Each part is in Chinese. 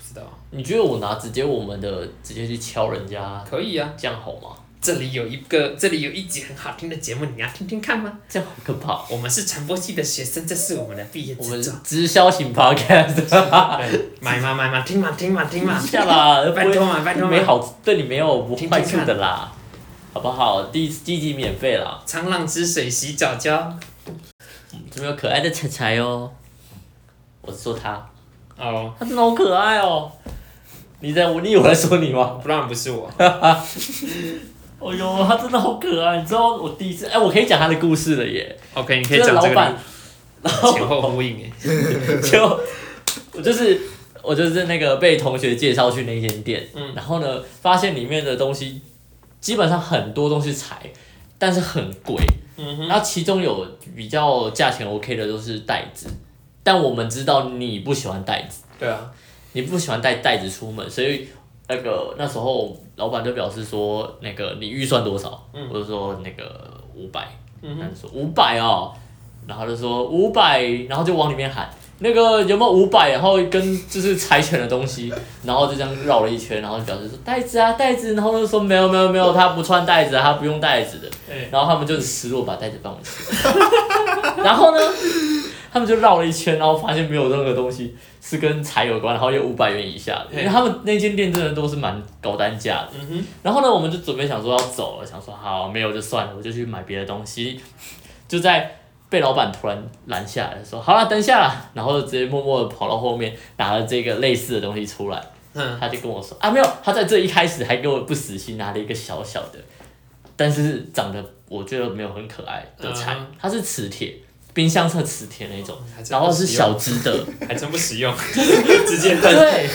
知道，你觉得我拿直接我们的直接去敲人家，可以啊。这样好吗？这里有一个，这里有一集很好听的节目，你要听听看吗？这样好可怕。我们是传播系的学生，这是我们的毕业我们制作。直销型 podcast， 对买嘛买嘛，听嘛听嘛听嘛，下啦，拜托嘛拜托没嘛。好对你没有不听听坏处看的啦，好不好？第一第一集免费啦，沧浪之水洗脚胶。这边有可爱的彩彩哦，我是说他，哦，他真的好可爱哦。你在我你有在说你吗？不然不是 我。哎呦，他真的好可爱，你知道我第一次哎，我可以讲他的故事了耶。 OK，你可这以个讲老这板个前后呼应 诶。就我就是我就是那个被同学介绍去那间店，嗯然后呢，发现里面的东西基本上很多都是材，但是很贵。嗯哼，然后其中有比较价钱 OK 的都是袋子，但我们知道你不喜欢袋子，对啊，你不喜欢带袋子出门，所以那个那时候老板就表示说，那个你预算多少？嗯我就说那个五百，嗯他哼，就说五百哦，然后就说五百，然后就往里面喊那个有没有五百，然后跟就是柴犬的东西，然后就这样绕了一圈，然后表示说袋子啊袋子，然后就说没有没有没有，他不穿袋子啊，他不用袋子的，哎，然后他们就很失落把袋子放回去， 然后呢，他们就绕了一圈，然后发现没有任何东西是跟柴有关，然后又五百元以下的，因为他们那间店真的都是蛮高单价的。嗯哼，然后呢，我们就准备想说要走了，想说好没有就算了，我就去买别的东西。就在被老板突然拦下来，说好了，等一下啦，然后就直接默默的跑到后面拿了这个类似的东西出来，嗯，他就跟我说啊没有，他在这一开始还给我不死心拿了一个小小的，但是长得我觉得没有很可爱的菜嗯，它是磁铁，冰箱是磁铁那种，还真然后不是实用，小只的。 还真不实 用，直接喷。对，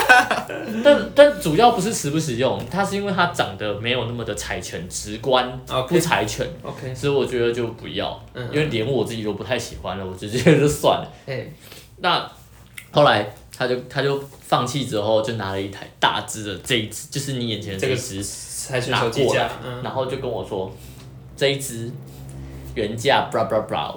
但但主要不是实不实用，它是因为它长得没有那么的柴犬直观，不 OK 柴犬， OK，所以我觉得就不要，嗯因为连我自己都不太喜欢了，我直接就算了。哎，那后来他就他就放弃之后，就拿了一台大只的这一只，就是你眼前的这一只，采取手机拿过架，嗯，然后就跟我说这一只原价 blah blah blah，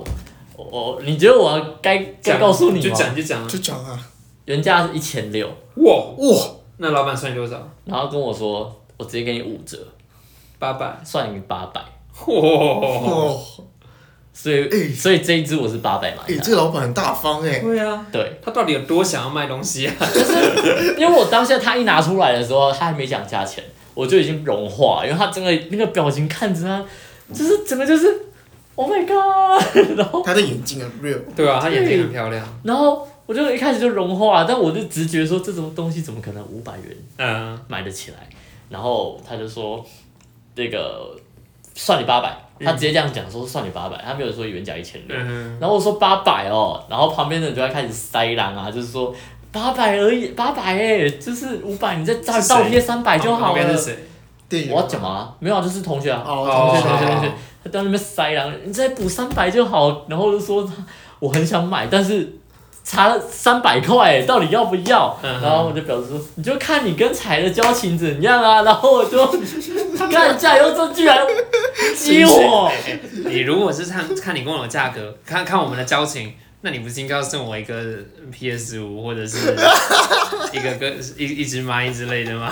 我我你觉得我该该讲告诉你就吗？讲就讲啊。就讲啊，原价是一千六。哇，哇，那老板算你多少？然后跟我说，我直接给你五折，八百。算你八百，哇，哦，所以、哎所以这一只我是八百买哎，的，啊这个老板很大方哎，对啊，对，他到底有多想要卖东西啊？因为我当下他一拿出来的时候，他还没讲价钱，我就已经融化，因为他整个那个表情看着他，就是整个就是，Oh my god，然后他的眼睛很 real，对啊，他眼睛很漂亮。然后我就一开始就融化，但我就直觉说这种东西怎么可能五百元嗯，买得起来？然后他就说，那个算你八百，他直接这样讲说算你八百，他没有说原价一千六。嗯，然后我说八百哦，然后旁边的人就在开始塞狼啊，就是说八百而已，八百哎，就是五百，你再倒是谁倒贴三百就好旁边了是。谁？电影我要讲啊，没有啊，就是同学啊，哦，同学同学同学同同学学，，他在那边塞狼，你再补三百就好。然后就说我很想买，但是差了三百块，到底要不要？嗯然后我就表示说，你就看你跟彩的交情怎样啊。然后我 就看加油这居然激我，你如果是看看你跟我的价格，看看我们的交情，那你不是应该要送我一个 PS 五或者是一个个一一只麦之类的吗？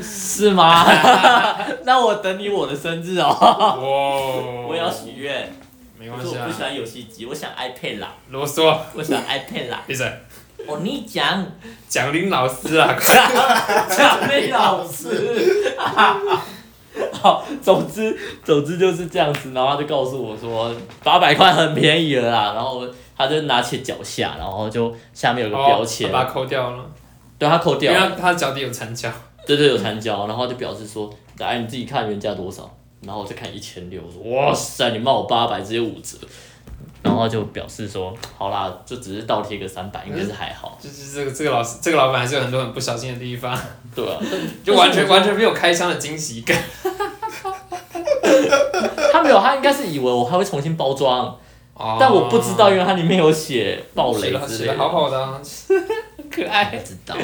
是吗？ 那我等你我的生日哦。哇，我我也要许愿，没可关是系我啊不，喜欢游戏机，我想 iPad 啦，啰嗦，我 想 iPad 啦。闭嘴。哦，你讲，蒋林老师 啊，快讲妹老师。 好，总之总之就是这样子，然后他就告诉我说八百块很便宜了啦，然后他就拿起脚下，然后就下面有个标签，哦把它抠掉了，对他扣因掉为了，他他脚底有残胶。对对，有残胶，然后就表示说，来你自己看原价多少，然后我就看一千六，我说哇塞，你卖我八百，直接五折，然后就表示说，好啦，就只是倒贴个三百，应该是还好，就是这个这个老师这个老板还是有很多很不小心的地方，对啊，就完 全完全没有开箱的惊喜感。他没有，他应该是以为我还会重新包装，但我不知道，因为它里面有写爆雷哦写的之写类的的，好好的、啊，很可爱，不知道，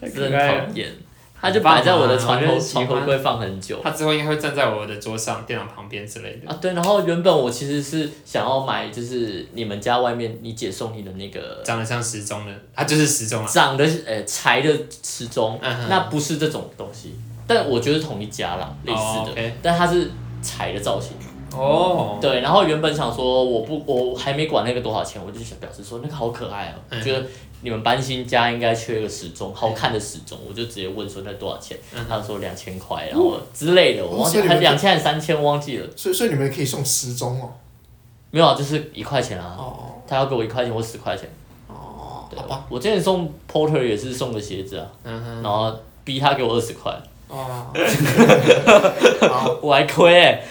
太真可的爱很了讨厌。他就摆在我的床很棒头啊床头柜放很久。他之后应该会站在我的桌上、电脑旁边之类的。啊，对，然后原本我其实是想要买，就是你们家外面你姐送你的那个长得像时钟的，他就是时钟啊。长的呃柴的时钟，嗯哼那不是这种东西，但我觉得是同一家啦，类哦似的，OK，但它是柴的造型。哦，对，然后原本想说我不我还没管那个多少钱，我就想表示说那个好可爱哦、嗯觉得你们搬新家应该缺一个时钟，好看的时钟，我就直接问说那多少钱，嗯他说两千块，然后之类的，我忘记哦所以你还们两千还是三千忘记了，所以所以你们可以送时钟哦。没有啊，就是一块钱啊，哦他要给我一块钱或十块钱。哦，对好吧。我之前送 Porter 也是送个鞋子啊，嗯哼，然后逼他给我二十块， 哦，我还亏哎、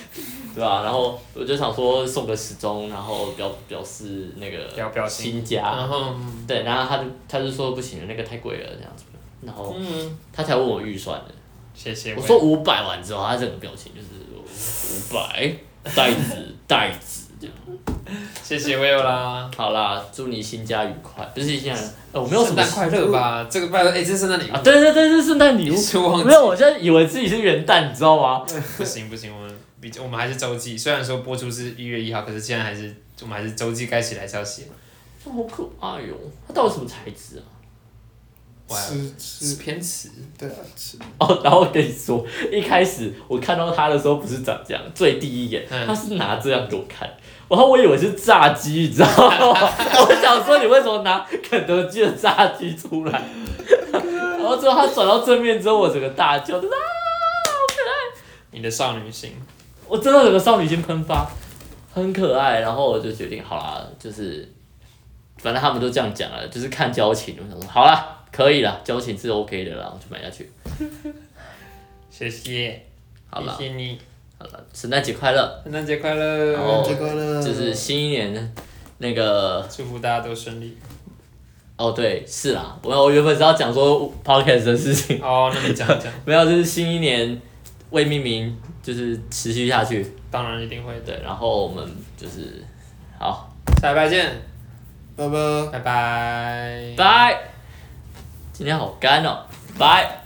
对吧、然后我就想说送个时钟，然后表表示那表个表情啊新家，然后对，然后他就他就说不行，那个太贵了这样子，然后嗯，他才问我预算的，谢谢。我说五百完之后，他整个表情就是五百袋子袋子这样，谢谢 Will 啦。好啦，祝你新家愉快，不是新家，呃，我没有什圣么诞快乐吧？这个拜哎，这是圣诞礼物啊，，对对对，这是圣诞礼物你。是忘记没有，我现在以为自己是元旦，你知道吗？不行不行，我们比我们还是周记，虽然说播出是一月一号，可是现在还是我们还是周记该写还是要写。好可爱哟、它到底什么材质啊？ 哇，吃是吃偏迟，对啊，吃哦，然后我跟你说，一开始我看到它的时候不是长这样，最第一眼嗯它是拿这样给我看，然后我以为是炸鸡，你知道吗？ 我想说你为什么拿肯德基的炸鸡出来？ 然后之后它转到正面之后，我整个大叫，就是啊，你的少女心。我真的整个少女心喷发，很可爱。然后我就决定，好啦，就是反正他们都这样讲了，就是看交情。我想说，好啦，可以啦，交情是 OK 的啦，我就买下去。谢谢，好啦谢谢你，好了，圣诞节快乐！圣诞节快然乐后，哦这个呢，就是新一年那个祝福大家都顺利。哦，对，是啦，我我原本是要讲说 podcast 的事情， 哦，那你讲一讲，没有，就是新一年未命名，就是持续下去。当然一定会的。对，然后我们就是好，下礼拜见，拜拜。拜拜。拜。今天好干哦，拜。